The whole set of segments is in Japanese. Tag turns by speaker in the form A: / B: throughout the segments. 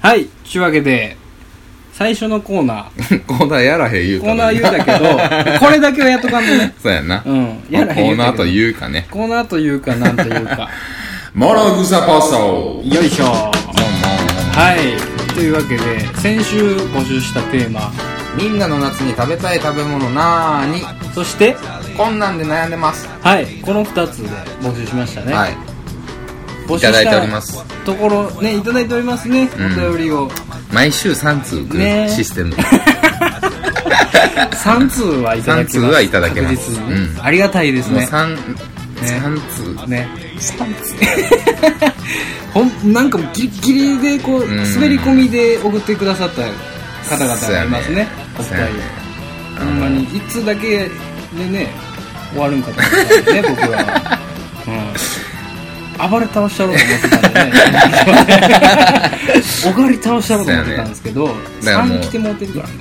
A: はいちゅうわけで最初のコーナー
B: コーナーやらへん言う
A: コ
B: たの
A: ーナー言うだけ どこれだけはやっとかんとね
B: そうやんな。
A: うん
B: まあ
A: やらへん
B: コ
A: 言
B: ー
A: うたけど
B: ナーというかね。
A: コーナーというかなんというか
B: モログサパソ
A: よいしょ
B: は
A: はいというわけで先週募集したテーマ
B: みんなの夏に食べたい食べ物なーに、
A: そして
B: こんなんで悩んでます。
A: はいこの2つで募集しましたね、
B: はい。
A: 募
B: いただいております
A: ところねいただいておりますね、
B: うん
A: お便りを
B: 毎週3通来
A: ねー
B: るシステム。
A: 3通はいただけます
B: 三通はいただけます
A: 確実に、
B: うん
A: ありがたいです
B: もう
A: ね
B: 3、
A: ね
B: 三通。
A: ね ほんなんかもうギリギリでこう
B: うん
A: 滑り込みで送ってくださった方々がいますねお二
B: そうやね
A: 人ほんまに1通だけでね終わるんかと思ったん でね僕は、うん、暴れ倒したろうと思ってたんでね おがり倒したろうと思ってたんですけど、
B: だからもう
A: 3来てもうてるからね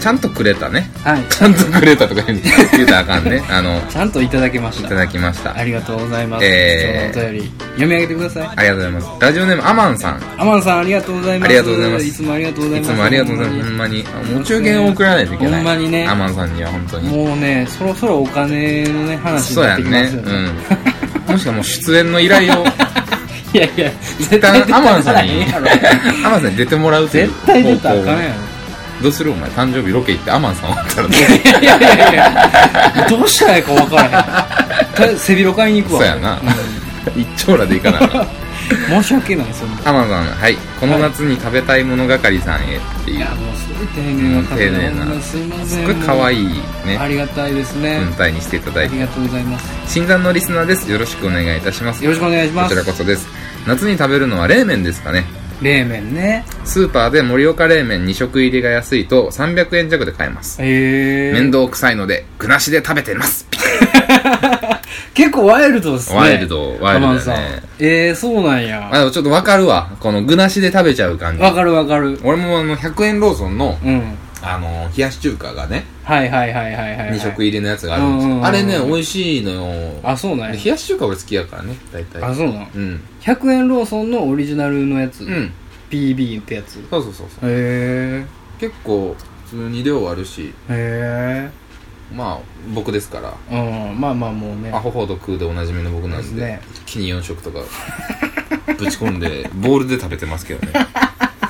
B: ちゃんとくれたね。
A: はい
B: ちゃんとくれたとか言う言うたらあかん ね。あの、
A: ちゃんといただきまし
B: い
A: た
B: ただきました。
A: ありがとうございます、
B: えー
A: そのお便り読み上げてください
B: ありがとうございます。ラジオネーム、アマンさん。
A: アマンさんありがとうございます
B: ありがとうございます
A: いつもありがとうござい
B: い
A: ます
B: つもありがとうございます。ほんまに。お中元を送らないといけない。
A: ほんまにね
B: アマンさんには本当に。
A: もうねそろそろお金のね話に
B: そう
A: なっ
B: や
A: て
B: ん
A: きま
B: ね
A: す。よね
B: うん。もしかもう出演の依頼を、
A: いやいや
B: 一
A: 絶
B: 旦
A: 対 出た
B: ア
A: ら
B: マ
A: あ
B: ンさ
A: か
B: ん
A: ん
B: に
A: やろ、
B: アマンさんに出てもらうという
A: 絶対出たらあかん
B: 方
A: や
B: 向どうするお前、誕生日ロケ行ってアマンさんおったらどう
A: ろいやいやいやどうしたらいいか分からへんとりあえず背広買いに行くわ
B: そうやな。 一丁羅で行かなあかん。
A: 申し訳ないそんない
B: アマンさん、はい。この夏に食べたいものがかりさんへっていう
A: や。もうすごい丁寧な方で
B: 丁寧な
A: ほんますいませ
B: す
A: ん
B: ごい可愛い
A: あ
B: ね、
A: りがたいですね、
B: 文体にしていただ
A: あ
B: い
A: り
B: て。
A: がとうございます
B: 新参のリスナーです。よろしくお願いいたします。
A: よろしくお願いしま
B: こちら
A: す
B: こそです。夏に食べるのは冷麺ですかね。
A: 冷麺ね
B: スーパーで盛岡冷麺2食入りが安いと300円弱で買えます。
A: へえ
B: 面倒くさいので、具なしで食べてます。ピ
A: 結構ワイルドですね
B: ワイルドワイルドだね
A: アマンさんえー、そうなんや
B: あ、でもちょっとわかるわ。この具なしで食べちゃう感じ。
A: わかるわかる
B: 俺もあの、100円ローソンの、
A: うん
B: あの、冷やし中華がね、
A: はいはいはいはいはい、はい、
B: 2食入りのやつがあるんです
A: うんうんう
B: よ。
A: ん
B: あれね、美味しいのよ。
A: あそうなん
B: で
A: や
B: 冷やし中華俺好きやからね、大
A: あ
B: 体。
A: そうなん
B: うん。
A: 100円ローソンのオリジナルのやつ、
B: うん。
A: PB ってやつへ
B: そうそうそうそう。
A: え
B: 結構、普通に量あるし、
A: へ
B: まあ、僕ですから。
A: えうんまあまあもうね
B: アホほど食うでおなじみの僕なんで、
A: ね
B: 一気に4食とかぶち込んでボールで食べてますけどね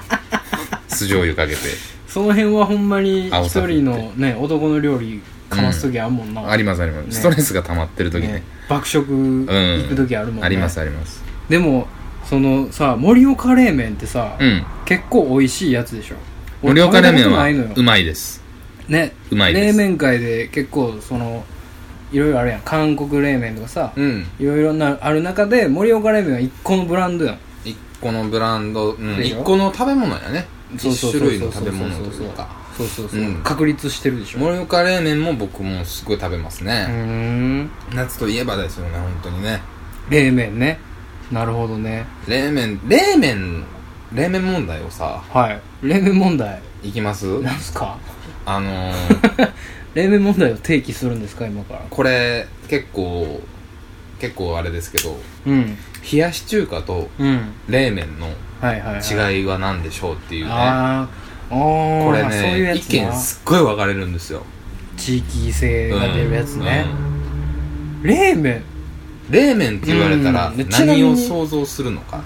B: 酢醤油かけて
A: その辺はほんまに
B: 青
A: 一
B: サビ
A: 人のね男の料理かます時あんもんな、
B: ありますあります、
A: ね
B: ストレスが溜まってる時ね
A: ね爆食行く時あるもんね、
B: ありますあります
A: でもそのさ盛岡冷麺ってさ、
B: うん
A: 結構美味しいやつでしょ
B: 盛岡冷
A: 俺食べたこ
B: 麺は
A: とないの
B: う
A: よ
B: まいです
A: ね
B: うまいです
A: 冷麺界で結構そのいろいろあるやん韓国冷麺とかさ、
B: うん
A: いろいろなある中で盛岡冷麺は一個のブランドやん
B: 一個のブランド、うん、
A: でしょ
B: 1個の食べ物やね
A: そうそうそ
B: 一
A: う
B: 種
A: そう
B: 類の食べ物というか
A: そうそうそう、
B: うん
A: 確立してるでしょう
B: 盛岡冷麺も僕もすごい食べます
A: ー
B: ね、
A: ん
B: 夏といえばですよね本当にね
A: 冷麺ねなるほどね
B: 冷麺冷麺冷麺問題をさ
A: はい冷麺問題
B: いきます
A: なんすか
B: あの ー、
A: 冷麺問題を提起するんですか今から
B: これ結構結構あれですけど
A: うん
B: 冷やし中華と
A: うん
B: 冷麺の
A: はいはい、はい、
B: 違いは何でしょうっていうね
A: あーあ
B: これ
A: そういう
B: ね
A: や
B: 意
A: つな
B: 見すっごい分かれるんですよ
A: 地域性が出るやつね、
B: うん
A: 冷麺
B: 冷麺って言われたら
A: うんでちなみに
B: 何を想像するのか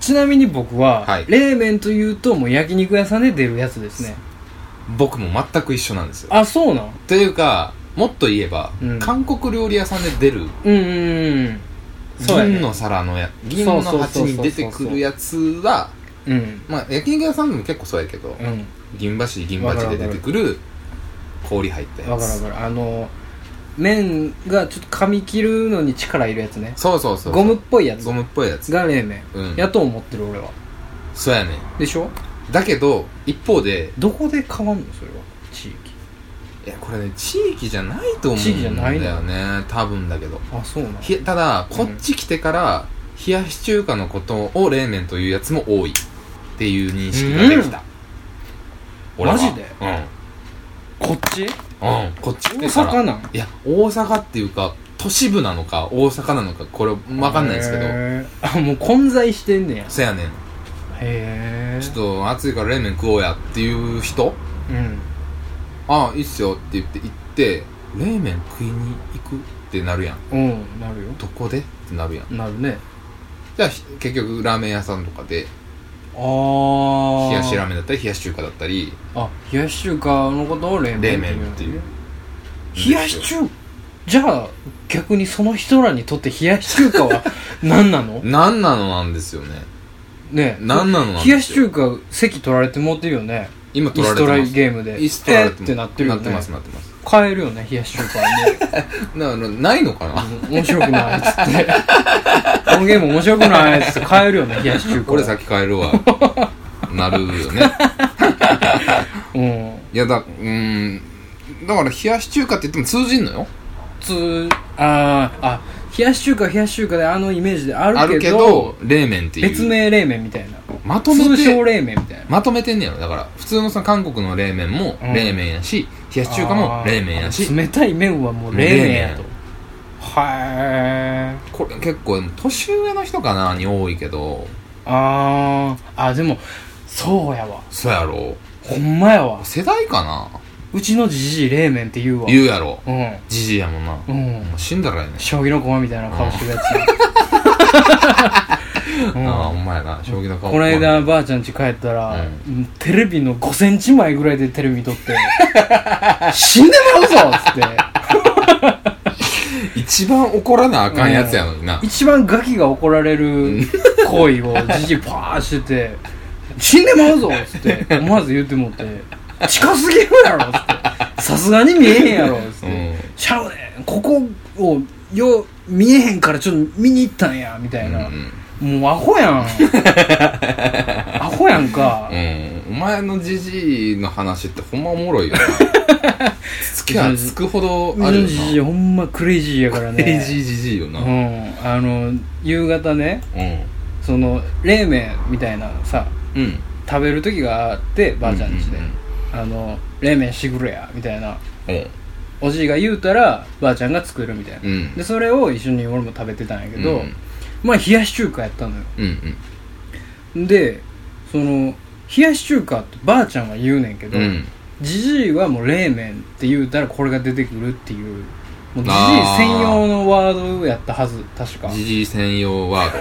A: ちなみに僕は、
B: はい
A: 冷麺というともう焼肉屋さんで出るやつですね
B: 僕も全く一緒なんですよ
A: あそうなん
B: というかもっと言えば、
A: うん
B: 韓国料理屋さんで出る
A: うんうんうんそうやね
B: 銀の皿のや銀の
A: そうそう
B: 鉢
A: そうそう
B: に出てくるやつは
A: うん
B: まあ焼肉屋さんでも結構そうやけど、
A: うん
B: 銀箸銀鉢で出てくる氷入った
A: わ
B: や
A: かるわ
B: つ
A: かるあの麺がちょっと噛み切るのに力いるやつね
B: そうそうそう
A: ゴムっぽいやつ
B: ゴムっぽいやつ
A: が冷麺、
B: うん
A: やと思ってる俺は
B: そうやね
A: でしょ
B: だけど一方で
A: どこで変わんのそれは地域
B: いやこれね地域じゃないと思
A: 地
B: う
A: 域じゃ
B: ん
A: な
B: だ
A: いの
B: よね多分だけど
A: あそうなの
B: ひただこっち来てから冷やし中華のことを冷麺というやつも多いっていう認識ができた、俺は
A: マジでこっち
B: うん、うん、こっち来
A: 大
B: てから
A: 阪なん
B: いや大阪っていうか都市部なのか大阪なのかこれ分かんないですけど
A: へーあもう混在してんねや
B: そやねん
A: へ
B: ちょっと暑いから冷麺食おうやっていう人
A: うん
B: ああいいっすよって言って行って冷麺食いに行くってなるやん
A: うんなるよ
B: どこでってなるやん
A: なるね
B: じゃあひ結局ラーメン屋さんとかで
A: ああ
B: 冷やしラーメンだったり冷やし中華だったり
A: あ冷やし中華のことを冷麺
B: 冷麺って
A: 言
B: い
A: の
B: う
A: ね冷やし中じゃあ逆にその人らにとって冷やし中華は何な の
B: 何なのなんですよね
A: ねえ
B: 何なのなんですよ
A: 冷やし中華席取られてもうてるよね
B: 今
A: イ
B: 取
A: ス
B: られて
A: ト
B: ま
A: ラ
B: す
A: イゲームで
B: 椅子取られ
A: え
B: て
A: ーってなってるよ
B: なって
A: ね
B: ますなってます
A: 買えるよね冷やし中華はね
B: なないのかな、
A: うん面白くないっつ ってこのゲーム面白くないっつって買えるよね冷やし中華
B: 俺先帰るわなるよね
A: うん
B: いやだうーんだから冷やし中華って言っても通じんのよ
A: つあーあ冷やし中華冷やし中華であのイメージであ
B: ある
A: るけ
B: け
A: ど
B: ど冷麺っていう
A: 別名冷麺みたいな
B: まとめ
A: 通称
B: て
A: 冷麺みたいな
B: まとめてんねやろだから普通のさ韓国の冷麺も
A: うん
B: 冷麺やし、冷やし中華も冷麺やし
A: あー冷たい麺はもう冷麺やと
B: 冷
A: はー
B: これ結構年上の人かなに多いけど
A: あーあでもそうやわ
B: そうやろ
A: ほんまやわ
B: 世代かな
A: うちのじじい冷麺って言うわ
B: 言うやろ
A: うん
B: じじいやもんな、
A: う
B: も
A: ん
B: う死んだらやね
A: 将棋の駒みたいな顔してるやつ、うん
B: ああお前な将棋の顔
A: この間ばあちゃん家帰ったら、
B: う
A: テレビの5センチ前ぐらいでテレビ見とって 死んでもらうぞっつって
B: 一番怒らなあかんやつやのにな、
A: 一番ガキが怒られる行為をじじいパーしてて死んでもらうぞっつって思わず言ってもって近すぎるやろっつってさすがに見えへんやろっつって、
B: うん
A: シャウねんここをよう見えへんからちょっと見に行ったんやみたいな、
B: うん
A: もうアホ やんアホやんか、
B: うん、お前のじじいの話ってほんまおもろいよな つきゃつくほどあ
A: あ
B: るよ
A: の
B: な
A: じじいほんまクレイジーやからね
B: クレイジーじじいよな、
A: う
B: うん
A: んあの夕方ね
B: う
A: その冷麺みたいなのさ
B: ん、
A: 食べる時があってばあちゃん家で、
B: うんうん
A: あの冷麺してくれやみたいな
B: うん
A: おじいが言うたらばあちゃんが作るみたいな、
B: うん
A: でそれを一緒に俺も食べてたんやけど、
B: うん
A: まあ冷やし中華やったのよ
B: うんうん
A: でその冷やし中華ってばあちゃんは言うねんけど、
B: うん
A: ジジイはもう冷麺って言うたらこれが出てくるっていうもうジジイ
B: あー
A: 専用のワードやったはず確か
B: じじい専用ワー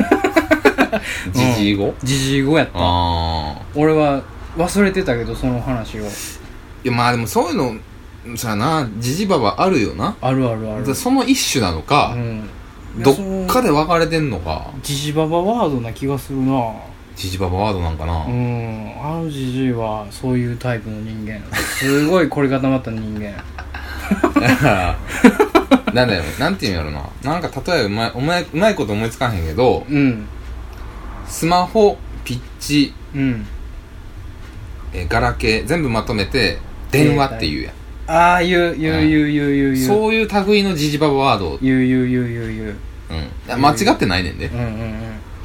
B: ドじじい語、
A: ジジイ語やった
B: ああ
A: 俺は忘れてたけどその話を
B: いやまあでもそういうのさあなじじばばあるよな
A: あるあるある
B: その一種なのか
A: う、ん
B: どっかで分かれてんのか
A: ジジババワードな気がするな
B: じじばばワードなんかな、
A: うんあのジジイはそういうタイプの人間すごい凝り固まった人間
B: だから なんだよなんていうんやろななんか例えばうまいうまいうまいこと思いつかへんけど
A: うん
B: スマホピッチ
A: うん
B: えーガラケー全部まとめて電話っていうやん
A: ああ言う言う言う言う言う言う
B: そういう類のジジババワード、うん、
A: 言う言う言う言う言う
B: 間違ってないねんで
A: うんうんうん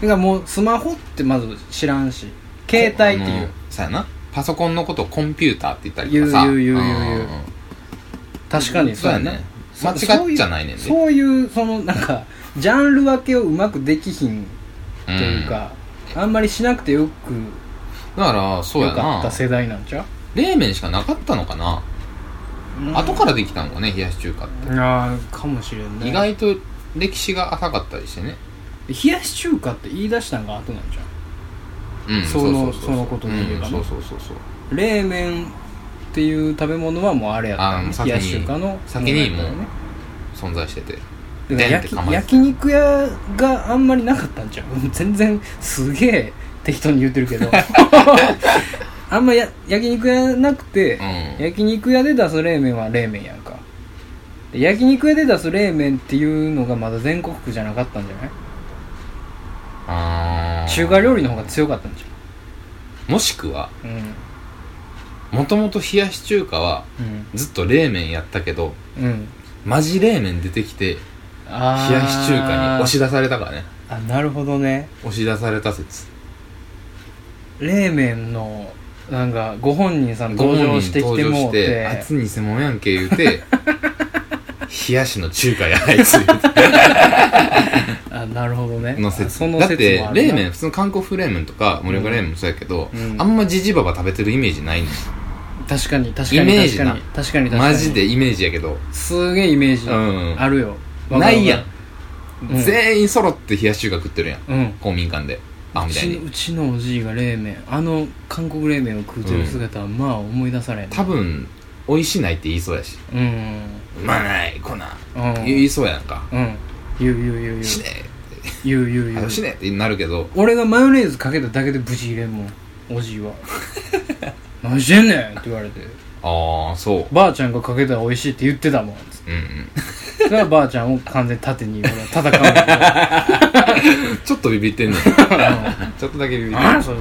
A: だからもうスマホってまず知らんし携帯っていう
B: さやなパソコンのことをコンピューターって言ったり
A: 言
B: と
A: う
B: かさ
A: 言う言う言う言うん
B: んん
A: 確かに
B: そうやね間違っちゃないねんで
A: そういうそういうそのなんかジャンル分けをうまくできひんと
B: と
A: いう、か、あんまりしなくてよく
B: んだからそう
A: よ
B: や
A: かった
B: な
A: 世代なんちゃ
B: 冷麺しかなかったのかな、
A: う
B: 後からできたんかね冷やし中華って、
A: あーかもしれんね
B: 意外と歴史が浅かったりしてね
A: 冷やし中華って言い出したんが後なんじゃ
B: うん
A: その
B: うううう
A: そのことで言えばね
B: うんそうそうそうそう
A: う冷麺っていう食べ物はもうあれやった、
B: あーも
A: ね
B: う、先
A: 冷
B: に
A: やし中華の
B: 先にもう
A: やったね
B: 存在してて
A: だから焼
B: でんって
A: き
B: 構えて
A: 焼肉屋があんまりなかったんちゃう 全然すげえ適当に言ってるけ どあんまや焼肉屋なくて、
B: うん
A: 焼肉屋で出す冷麺は冷麺やんかで焼肉屋で出す冷麺っていうのがまだ全国区じゃなかったんじゃない
B: あー
A: 中華料理の方が強かったんじ
B: もしくは
A: ゃんうん
B: もともと冷やし中華はずっと冷麺やったけど
A: うんうん
B: マジ冷麺出てきて
A: あー
B: 冷やし中華に押し出されたからね
A: あなるほどね
B: 押し出された説
A: 冷麺のなんかご本人さん
B: ご
A: 登
B: 本
A: 場
B: 人
A: してきて
B: 登場
A: も
B: し
A: う
B: て
A: て
B: あいつ偽物やんけ言うて冷やしの中華やあいつ言うて
A: あなるほどね
B: の 説
A: その
B: だっ
A: 説
B: て
A: もあるな
B: 冷麺普通の韓国風冷麺とか盛岡冷麺もそうやけど、
A: うん
B: あんまジジババ食べてるイメージないねん
A: 確かに確か
B: イ
A: に
B: メー
A: 確
B: ジ
A: か
B: な
A: に確かに確かに
B: マジでイメージやけど
A: すげえイメージ
B: うん
A: あるよ、
B: ないやん、
A: うん
B: 全員揃って冷やし中華食ってるやん
A: んうん
B: 公民館であ
A: う
B: みたい
A: ち
B: に
A: うちのおじいが冷麺あの韓国冷麺を食うてる姿はまあ思い出されん
B: 多分美味しないって言いそうやし
A: うんうん
B: うまないこんなん
A: うん
B: 言いそうやんか
A: うん言う言う言う言う
B: しねえ
A: 言う言う
B: あ
A: 言
B: の
A: う
B: しねえってなるけど
A: 俺がマヨネーズかけただけでブチ入れんもんおじい は何してんねんって言われて
B: ああそう
A: ばあちゃんがかけたら美味しいって言ってたもんつって
B: うんうん
A: それはばあちゃんを完全に縦に俺は戦う
B: ちょっとビビって んね
A: も
B: ん
A: んうん
B: ちょっとだけビビってん
A: あ
B: ね
A: あ
B: ん
A: そう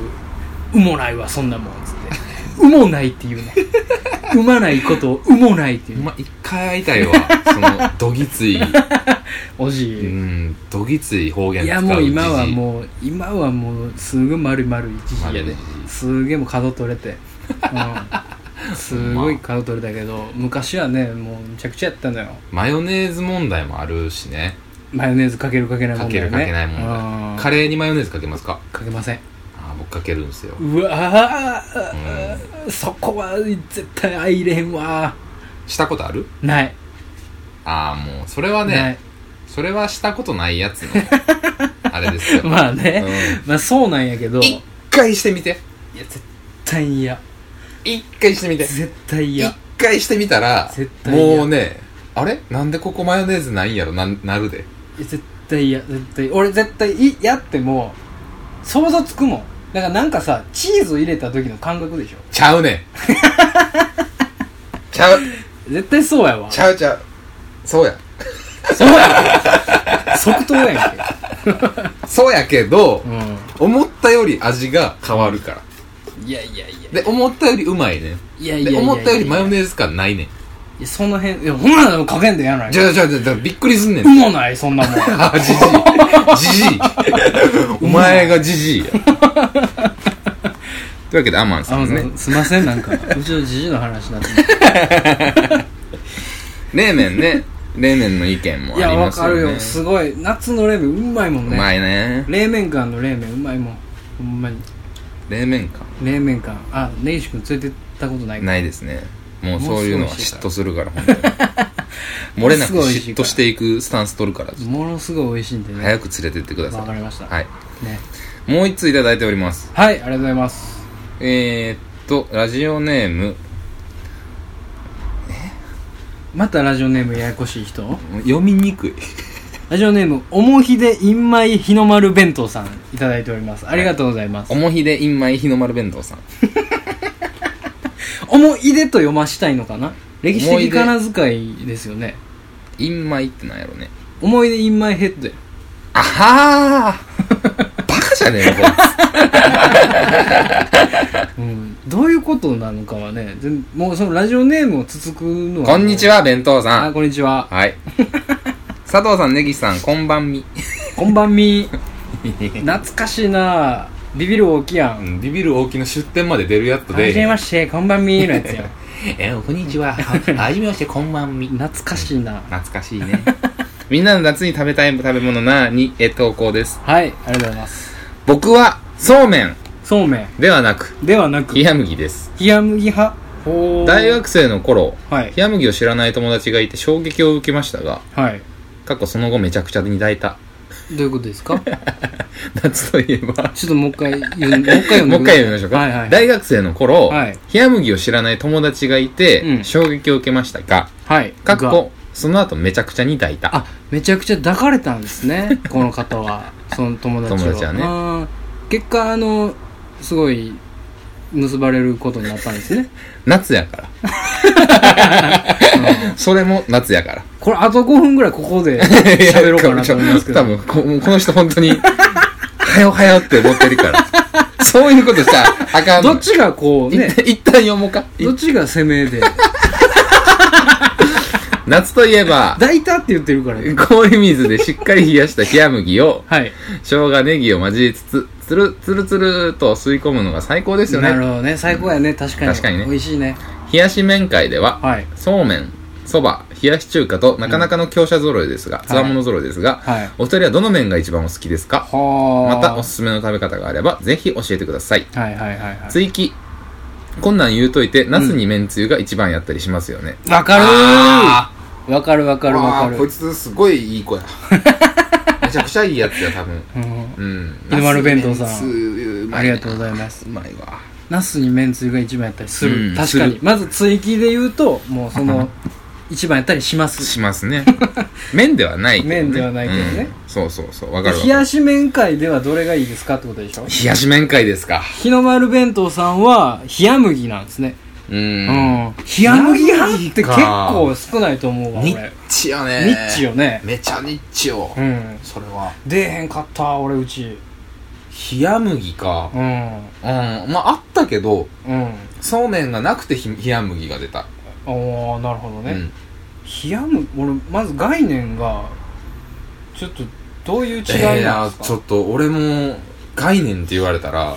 A: うもないわそんなもんつってう もないって言うねうまないことを うもないって
B: お
A: いう
B: 前一回会いたいわそのどぎ つい
A: おじ
B: う
A: い、
B: んどぎつい方言
A: い
B: 使
A: や
B: う
A: もう今は
B: う
A: もう今はもうすぐ丸々一時や
B: 丸
A: で
B: いじじい
A: すげえもう角取れて、 うん、すごい角取れたけど昔はねもうめちゃくちゃやったのよ
B: マヨネーズ問題もあるしね
A: マヨネーズかけるかけないも
B: か
A: ん
B: け
A: だ
B: る
A: よね
B: かけない問
A: うん
B: 題カレーにマヨネーズかけますか
A: かけません
B: ああ僕かけるんですよ
A: うわー、そこは絶対あいれんわ
B: したことある
A: ない
B: ああもうそれは
A: な
B: ね
A: い
B: それはしたことないや つのあれですよ
A: まあ
B: う
A: ね、
B: ん
A: まあそうなんやけど
B: 一回してみて
A: いや絶対に嫌
B: 一回してみて
A: 絶対
B: 一
A: 嫌
B: 回してみたら
A: 絶対嫌
B: もうねあれなんでここマヨネーズないんやろなんなるで
A: 絶対嫌絶対俺絶対いやっても想像つくもんだからなんかさチーズを入れた時の感覚でしょ
B: ちゃう ねんちゃう
A: 絶対そうやわ
B: ちゃうちゃうそうや
A: そうやわ即答やん け
B: そうやけど、
A: う
B: 思ったより味が変わるから、
A: んいやいやいや
B: で思ったよりうまいねん
A: いやいやい
B: で
A: や
B: 思ったよりマヨ
A: い
B: ネーズ感ないねん
A: やその辺いやほんなのかけんでやない
B: じゃあじゃあじゃあじゃあびっくりすんねん
A: うもないそん なもん
B: あじじいじじいお前が じじいやというわけでアマンさ
A: あ
B: んですね
A: のすいませんなん かうちのじじの話になって
B: 冷麺ね冷麺の意見も
A: い
B: あ
A: や
B: りま
A: わ
B: す
A: か
B: よね
A: るよすごい夏の冷麺うまいもん
B: う
A: ね
B: まいね
A: 冷麺館の冷麺うまいもんほんまに
B: 冷麺か
A: 冷麺館あ根岸君連れてったことない
B: ないですねもうそういうのは嫉妬するから本当に漏れなく嫉妬していくスタンス取るから
A: ものすごい美味しいんでね
B: 早く連れてってくださ
A: わかりました
B: いはい
A: い、ね、
B: もう一ついただいております
A: はいありがとうございます
B: えー、っとラジオネーム
A: またラジオネームややこしい人
B: 読みにくい
A: ラジオネームおもひでインマイ日の丸弁当さんいただいておりますありがとうございます、
B: おもひでインマイ日の丸弁当さん
A: おもいでと読ましたいのかな歴史的仮名遣いですよね
B: インマイってなんやろね
A: 思い出インマイヘッドや
B: あはーバカじゃねえのこい
A: うん、どういうことなのかはね全もうそのラジオネームをつつくの
B: つ
A: は
B: こんにち
A: は
B: は弁当さ
A: あ
B: ん
A: こんにちは
B: はい佐藤さん根岸さんこんばん み
A: こんばんみ懐かしいなビビる大きいやん
B: ビビる大きな出店まで出るやつ
A: はじめまして、こんばんみーのやつや。
B: えこんにち ははじめましてこんばんみ
A: 懐かしいな。
B: 懐かしいね みんなの夏に食べたい食べ物なにえ投稿です
A: はい、ありがとうございます。
B: 僕はそうめん
A: そうめん
B: ではなく
A: ではなく、
B: 冷
A: 冷
B: や麦です
A: や麦派ほー
B: 大学生の頃
A: はい
B: 冷。や麦を知らない友達がいて衝撃を受けましたが
A: はい。
B: 過去その後めちゃくちゃに抱いた
A: どういうことですか
B: 夏といえば
A: ちょっともう一回言う、もう一回読んでください
B: もう一回読みましょうか、
A: はいはい。
B: 大学生の頃、
A: はい
B: 冷や麦を知らない友達がいて、
A: うん
B: 衝撃を受けましたが
A: はい。
B: 過去
A: が
B: その後めちゃくちゃに抱いた
A: あ、めちゃくちゃ抱かれたんですね。この方は。 その友達を。
B: 友達はね
A: ね。結果、あの、すごい、結ばれることになったんですね。
B: 夏やからそれも夏やから
A: これ、あと5分ぐらいここ で喋ろうかなと思いますけど。
B: 多分こもうこの人本当に「はよはよ」って思ってるからそういうことしたらあかんの
A: どっちがこう
B: 一
A: ね、
B: 旦一旦読もうか
A: どっちが攻めで。
B: 夏といえば
A: 抱いたって言ってるからね。
B: 氷水でしっかり冷やした冷麦を
A: はい。
B: 生姜ネギを交えつつつるつるつると吸い込むのが最高ですよ
A: なる
B: ね
A: ほどね。最高やね。確かに。
B: 確かにね
A: 美味しいね。
B: 冷やし麺会では
A: はい。
B: そうめんそば冷やし中華となかなかの強者揃いですが、つわもの揃いですが、
A: はい
B: お二人はどの麺が一番お好きですか
A: はあ
B: またおすすめの食べ方があれば、ぜひ教えてください。
A: はいはいはいはい
B: 追記。こんなん言うといて、ナスに麺つゆが一番やったりしますよね。
A: わかる
B: あ
A: わかるわかるわか
B: あーこい
A: る
B: つすごいいい 子や。めちゃくちゃいいやつや、多分。
A: うん
B: うん。
A: 日の丸弁当さん
B: ナス麺つゆ
A: ありがとうございます
B: うまいわ。
A: ナスにめんつゆが一番やったりする、
B: うん
A: 確か
B: す
A: に
B: る
A: まず追記で言うともうその一番やったりします
B: します ね。麺ではないけどね。
A: 麺ではないけどね
B: うん。そうそうそう。わ
A: で
B: かるわか
A: 冷
B: る。
A: やし麺界ではどれがいいですかってことでしょ
B: 冷やし麺会ですか。
A: 日の丸弁当さんは冷麦なんですね
B: う。
A: うんん冷麦派って結
B: 冷麦か
A: 構少ないと思うわ俺
B: ニ
A: ニ
B: ッチよね。
A: ッチよね
B: めちゃニッチよ。
A: うん
B: それは。
A: 出えへんかった俺うち
B: 冷麦か。
A: うん
B: うん。まあ、あったけど、
A: うん
B: そうめんがなくてひ冷麦が出た。
A: ああなるほどね、
B: うん
A: 冷麦俺まず概念がちょっとどういう違い
B: えー
A: なん
B: や
A: です
B: ち
A: か
B: ょ、っと俺も概念って言われたら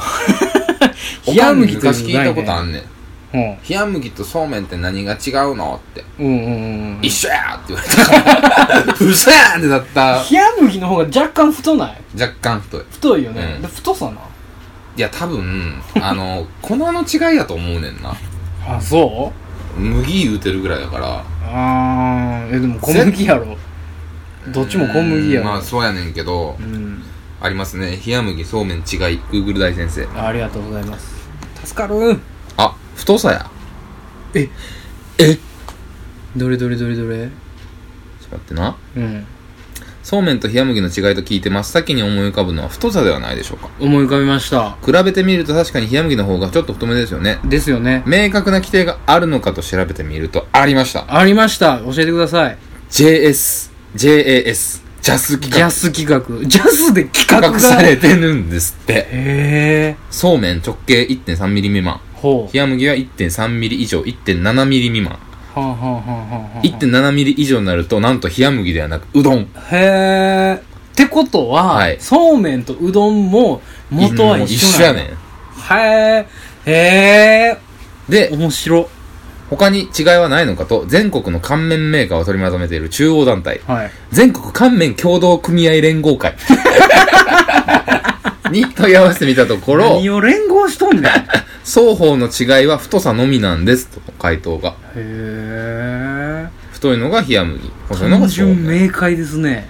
B: お
A: 冷
B: かんに
A: 麦という
B: 昔聞いたことあんねん
A: うん、
B: 冷麦とそうめんって何が違うのって、
A: うんうんうんうん
B: 一緒やって言われたから 「嘘や!」ってなった
A: 冷麦の方が若干太ない
B: 若干太い
A: 太いよね、
B: うん
A: で太さない
B: や多分あの粉の違いやと思うねんな
A: あそう
B: 麦言うてるぐらいだから
A: あーえでも小麦やろどっちも小麦や
B: うん
A: ろ
B: まあそうやねんけど
A: うん
B: ありますね冷麦そうめん違い Google 大先生
A: ありがとうございます助かる
B: あ太さや
A: え
B: えちょ
A: どれどれどれどれ
B: っと待ってな
A: うん
B: そうめんと冷麦の違いと聞いて真っ先に思い浮かぶのは太さではないでしょうか
A: 思い浮かびました
B: 比べてみると確かに冷麦の方がちょっと太めですよね
A: ですよね
B: 明確な規定があるのかと調べてみるとありました
A: ありました教えてください
B: JS JAS ジャス企
A: ジャ
B: 画
A: ス企画ジャスで企画
B: 企
A: が
B: 画されてるんですって
A: へえ
B: そうめん直径 1.3mm 未満
A: ほう
B: 冷麦は 1.3mm 以上 1.7mm 未満
A: はんはんはんはんはんはん
B: 1.7mm 以上になるとなんと冷麦ではなくうどん
A: へえってことは、
B: はい
A: そうめんとうどんも元は一緒な
B: や
A: んだ
B: ねん
A: へえへ
B: で
A: え面白
B: 他に違いはないのかと全国の乾麺メーカーを取りまとめている中央団体
A: はい
B: 全国乾麺協同組合連合会 に問い合わせてみたところ
A: 何を連合しとんねんへ
B: 双方の違いは太さのみなんですと回答が
A: え
B: 太いのが冷麦細いの
A: 単
B: がそう
A: 純
B: めん
A: 明快ですね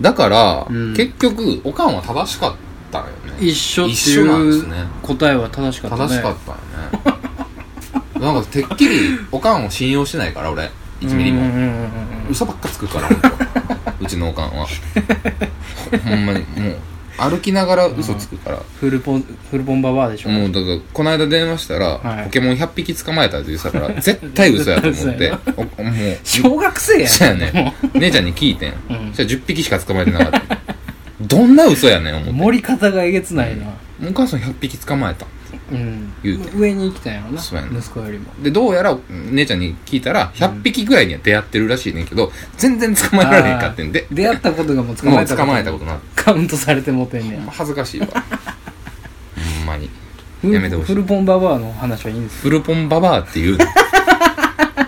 B: だから、
A: うん
B: 結局おかんは正しかったよね
A: 一緒って
B: 一緒なんです
A: いう
B: ね
A: 答えは正しかったね
B: 正しかったよね なんかてっきりおかんを信用してないから俺1ミリも
A: うんうんうんうん
B: 嘘ばっかつくから 本当うちのおかんはほんまにもう歩きながら嘘つくから、
A: フルポンフルポンババアでしょ
B: もうだからこの間電話したら、
A: はい
B: ポケモン100匹捕まえたって言ってたから絶対嘘やと思っておも う
A: 小学生やん
B: そうやね姉ちゃんに聞いてん、
A: うん
B: そしたら10匹しか捕まえてなかったどんな嘘やねん思って
A: 盛り方がえげつないな
B: お母さん100匹捕まえた
A: うん
B: 言うて
A: 上に行きたんやろな
B: そうやね
A: 息子よりも
B: でどうやら姉ちゃんに聞いたら100匹ぐらいには出会ってるらしいねんけど全然捕まえられへんかってんで
A: 出会ったことがもう捕
B: も
A: ま
B: う
A: えた
B: 捕まえたことな
A: カウントされてもてんねや
B: 恥ずかし いわほんまに
A: フル
B: やめてほしい
A: フルポンババアの話はいいん です
B: フルポンババアって いう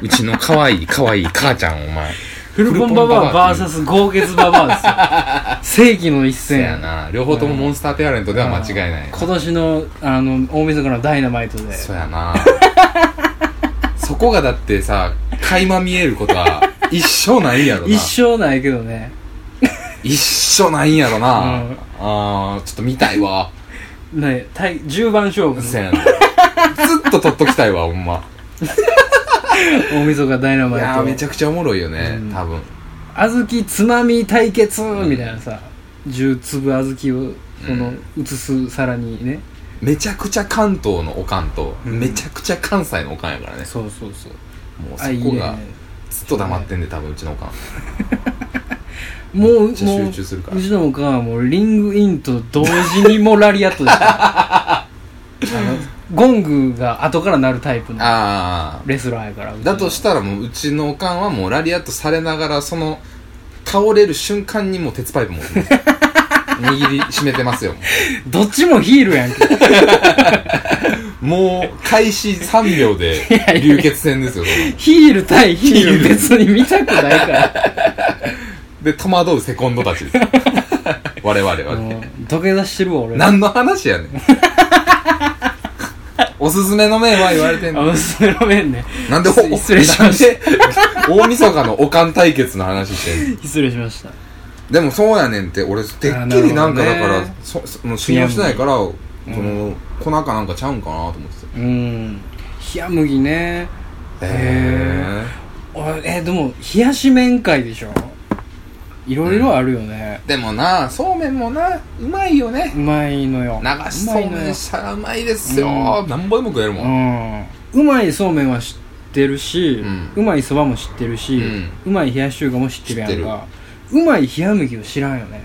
B: うちの可愛い可愛い母ちゃんお前
A: フルポンババア VS 豪傑ババアですよ世紀の一
B: そう
A: 戦
B: やな両方ともモンスターペアレントでは間違いない
A: 今年のあの大晦日のダイナマイトで
B: そうやな そこがだってさ垣間見えることは一生ないやろな
A: 一生ないけどね
B: 一生ないんやろな、
A: うん
B: あーちょっと見たいわ
A: ね対10番勝負
B: そやなずっと撮っときたいわほんま
A: 大晦日ダイナ
B: い
A: マイ
B: やー
A: ト
B: めちゃくちゃおもろいよね、
A: うん
B: 多分
A: 小豆つまみ対決
B: ん
A: みたいなさ、10粒小豆をその移す皿にね、
B: めちゃくちゃ関東のおかんと、
A: うん
B: めちゃくちゃ関西のおかんやからね
A: そうそうそう
B: もう
A: あいい
B: そこが
A: ね
B: ずっと黙ってんで多分うちのおかん
A: もうも
B: め
A: う
B: っちゃ集中するから
A: うちのおかんはもうリングインと同時にもうラリアット でしたあのゴングが後から鳴るタイプの
B: あ
A: レスラーやからうち
B: あ
A: の
B: だとしたらもううちのおかんはもうラリアットされながらその倒れる瞬間にもう鉄パイプ持っ てます握りしめてますよも
A: どっちもヒールやんけ
B: もう開始3秒で
A: いやいや
B: 流血戦ですよその
A: ヒール対ヒール別に見たくない から
B: で戸惑うセコンドた ちです我々は
A: うん
B: ね
A: 土下座してるわ俺
B: 何の 話やねんおすすめの麺は言われてん
A: あ
B: の
A: 娘の面ね
B: なんでお
A: 失失礼しまし
B: なんで大晦日のおかん対決の話してんの
A: 失礼しました
B: でもそうやねんって俺てっ
A: あ
B: きり
A: な
B: な
A: るほどね
B: んかだからそそもう信用してないからこの粉かなんかちゃうんかなと思っ
A: う
B: て
A: ん冷麦ね
B: た
A: へおいえでも冷やし麺会でしょいろいろあるよね、
B: でもなそうめんもなうまいよね
A: うまいのよ
B: 流し
A: うま
B: そう
A: い
B: め
A: のよ
B: んしたらうまいですよ
A: う
B: 何杯も食えるもん
A: うんうまいそうめんは知ってるし、
B: う
A: うんまいそばも知ってるし、
B: う
A: うんまい冷やし中華も知ってるやんかうまい冷や麦を知らんよね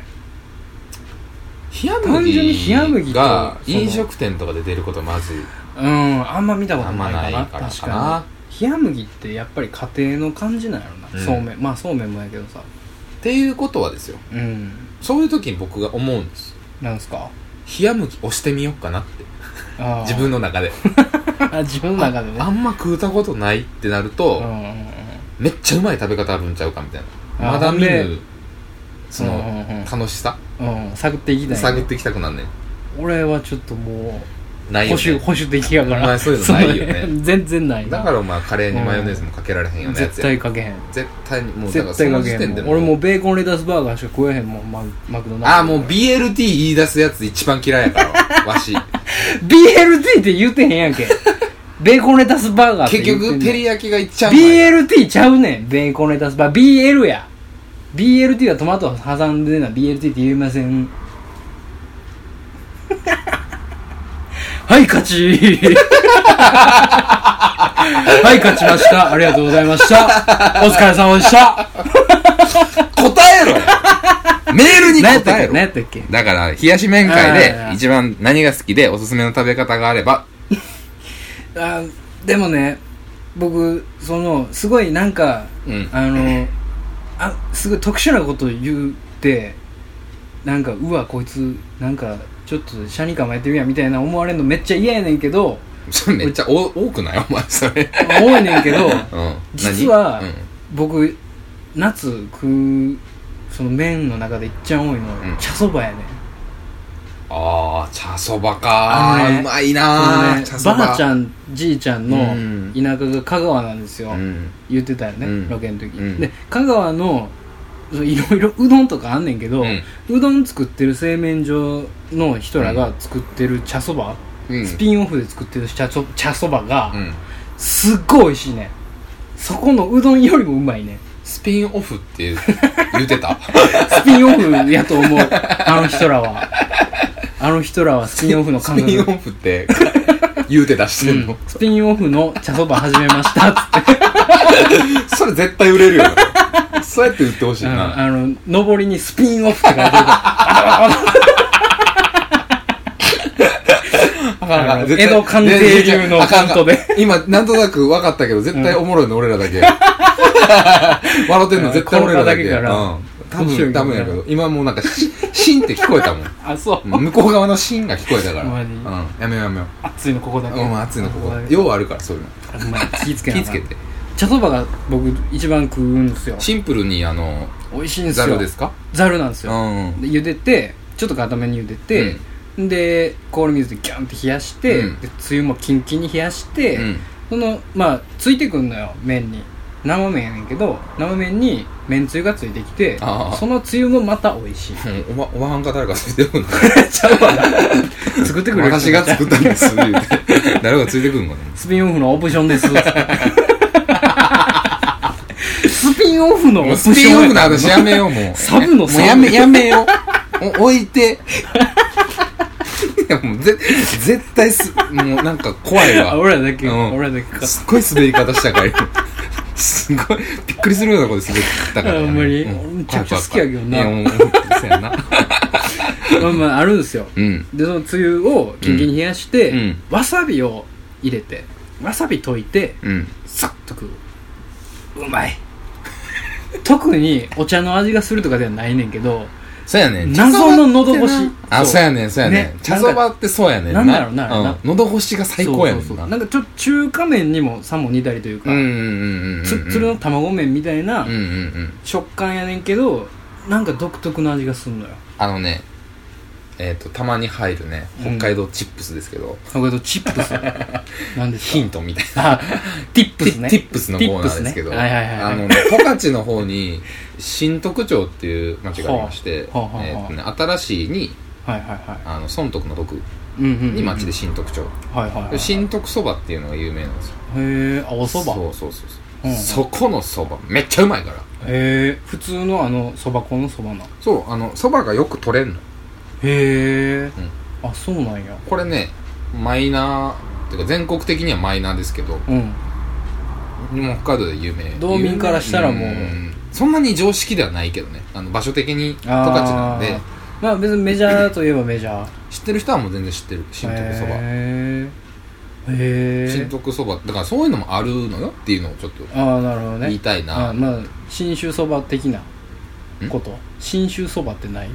B: 冷麦
A: 単純に冷麦と
B: が
A: その
B: 飲食店とかで出ることまずい
A: うんあんま見たことないかな
B: あんまないから
A: 確
B: か
A: か
B: な
A: に冷麦ってやっぱり家庭の感じなんやろな、
B: うん
A: そうめんまあそうめんもやけどさ
B: っていうことはですよ
A: うん
B: そういう時に僕が思うんです
A: なんすか
B: 冷麦押してみようかなって
A: あー
B: 自分の中で
A: あ 自分の中でね
B: あんま食うたことないってなると、
A: うんうんうん
B: めっちゃうまい食べ方あるんちゃうかみたいな
A: あ
B: まだ見
A: ほん
B: ぬ
A: で
B: そ
A: うん
B: の
A: うんうん
B: 楽しさ
A: うん、探っていきたい
B: 探っていきたくなんねん
A: 俺はちょっとも
B: な
A: う
B: い
A: 保
B: よ
A: 守
B: ね
A: 保守的やか
B: お
A: ら
B: 前そういうのないよね
A: その 全然ないな
B: だからお前カレーにマヨネーズもかけられへんようなやつ
A: 絶
B: や
A: 対かけへん
B: 絶対にもうだから
A: 絶
B: そ
A: 対
B: の
A: かけ
B: 時
A: へ
B: 点
A: ん
B: で
A: もん俺もうベーコンレタスバーガーしか食えへんもんママクドナルド
B: ああもう BLT 言い出すやつ一番嫌いやから わわし
A: BLT って言ってへんやん けベーコンレタスバーガーって言
B: 結
A: ってんね
B: 局
A: ん
B: 照り焼きがいっちゃうまい
A: BLT ちゃうねんベーコンレタスバー BL や BLT はトマトを挟んでな BLT って言いませんはい勝ち はい勝ちましたありがとうございましたお疲れ様でした
B: 答えろよメールに
A: 何やったっ
B: 答
A: け
B: えろ
A: 何やったっけ
B: だから冷やし麺会
A: あ
B: で
A: ー
B: 一番何が好きでおすすめの食べ方があれば
A: あでもね僕そのすごいなんか
B: うん
A: あのあすごい特殊なこと言うてなんかうわこいつなんかちょっとシャに構えてるやんみたいな思われるのめっちゃ嫌やねんけど
B: それめっちゃお多くないお前それ
A: 多いねんけ ど
B: うん
A: 実は
B: 何うん
A: 僕夏食うその麺の中でいっちゃ多いの、
B: うん
A: 茶そばやねん
B: ああ茶そばか
A: あの
B: ー
A: ね
B: うまい
A: そ
B: な
A: の
B: ー
A: ね
B: 茶そば
A: ばあちゃんじいちゃんの
B: うん
A: 田舎が香川なんですよ、
B: うん
A: 言ってたよね、
B: うん
A: ロケの時、
B: うん
A: で香川のそのいろいろうどんとかあんねんけど、
B: う
A: うんどん作ってる製麺所の人らが作ってる茶そば、
B: うん
A: スピンオフで作ってる茶そ茶そばが、
B: うん
A: すっごい美味しいねんそこのうどんよりもうまいねん
B: スピンオフっ て言う言うてた
A: スピンオフやと 思うあの人らはあの人らはスピンオフの感
B: スピンオ
A: 覚
B: フって言うて出してんの、
A: スピンオフの茶そば始めましたっつって
B: それ絶対売れるよなそうやって言ってほしい
A: あの
B: な
A: あの上りにスピンオフって書いてるから
B: あかんあかん
A: あの
B: 絶対
A: 江戸寛永流の
B: いやいやいやあかんあかん
A: フォントで
B: 今なんとなく分かったけど絶対おもろいの俺ら だけ笑ってんの絶対俺らだけ
A: この方だけから
B: うん、多
A: 面白いけ
B: 分
A: ど
B: 多
A: な
B: 分やけど今もうなんかシシンって聞こえたも ん
A: あそう
B: 向こう側のシーンが聞こえたから。
A: マジ
B: うん。やめようやめよ
A: 熱いのここだけ
B: う。うん、暑いのここ。
A: よ
B: ようあるから、そういうの。
A: 気ぃつけな
B: 気
A: あ
B: ぃ
A: かん
B: つけて。
A: 茶そばが僕一番食うんですよ
B: シンプルに、あの、
A: 美味しいんです
B: ざ
A: よ
B: るですか
A: ざるなんです
B: う
A: よ
B: ん。うん
A: で茹でてちょっと固めに茹でて、で氷水でギャンって冷やして、
B: うん
A: でつゆもキンキンに冷やして、そのまあついてくんのよ麺に生麺やねんけど生麺に麺つゆがついてきて
B: ああ
A: そのつゆもまた美味し い
B: うん。おば、おばはんか誰かついてくんの
A: ちゃうわな 作ってくれる人
B: 私が作ったんです。言うて誰がついてくんの
A: スピンオフのオプション です。スピンオフのオプ
B: もう
A: ショ
B: ス
A: ン。
B: ピンオフの話やめよう、もう。
A: サブの
B: もうやめ、やめよ う。お置いて。いや、もう、ぜ、絶対す、もうなんか怖いわ
A: あ。俺らだけ、
B: うん
A: 俺らだけか。
B: すっごい滑り方したから今すごいびっくりするようなこと滑ったから
A: あんまり
B: うん
A: めちゃくちゃ好きやけどな
B: 怖い怖い怖いいやもうそうやな
A: まあまあ、あるんですよ。
B: うん
A: で、そのつゆをキンキンに冷やして、
B: うん
A: わさびを入れて、わさび溶いて、
B: うん
A: サッと食 う。うまい。特にお茶の味がするとかではないねんけど、
B: そうやねん
A: 謎の喉越し
B: 茶そばってなあ
A: そう
B: そうやねんそうやね
A: ね
B: ん茶そばってそうやねん
A: なんだろうな
B: うん喉越しが最高やね
A: そうそ
B: ん
A: うそ
B: な
A: うなんかちょっと中華麺にもさも似たりというか、
B: うんうんうんうん
A: つつるの卵麺みたいな
B: うんうんうん
A: 食感やねんけどなんか独特の味がすんのよ
B: あのねえっとたまに入るね北海道チップスですけど
A: だけどチップス なんですか
B: ヒントみたいな
A: あ ティップ
B: テ
A: ス
B: ィ
A: ね
B: ティップスのコーナーですけど、
A: ティップスねはいはいはい
B: あのね、十勝の方に、新徳町っていう町がありまして、
A: ほうほうほう
B: えーとね、新しいに、
A: はいはいは
B: あの、損徳の徳
A: いうんうんうん
B: に町で新徳町。
A: はいはいはい
B: 新徳そばっていうのが有名なんですよ。
A: へえ青そば
B: そうそうそうそう、
A: うん
B: そこのそば、めっちゃうまいか
A: へ
B: ら。
A: え普通のあのそば粉のそばな
B: そう、あの、そばがよく取れんの。
A: へえ、あそうなんや
B: これね、マイナー、っていうか全国的にはマイナーですけど、
A: うん
B: もう北海道で有名。
A: 道民からしたらもうん
B: そんなに常識ではないけどね。あの、場所的に十勝なんで
A: あー、まあ別にメジャーといえばメジャー
B: 知ってる人はもう全然知ってる新徳そば
A: へえへえ
B: 新徳そばだからそういうのもあるのよっていうのをちょっと
A: ああなるほどね
B: 言いたいな、
A: あまあ信州そば的なこと信州そばってない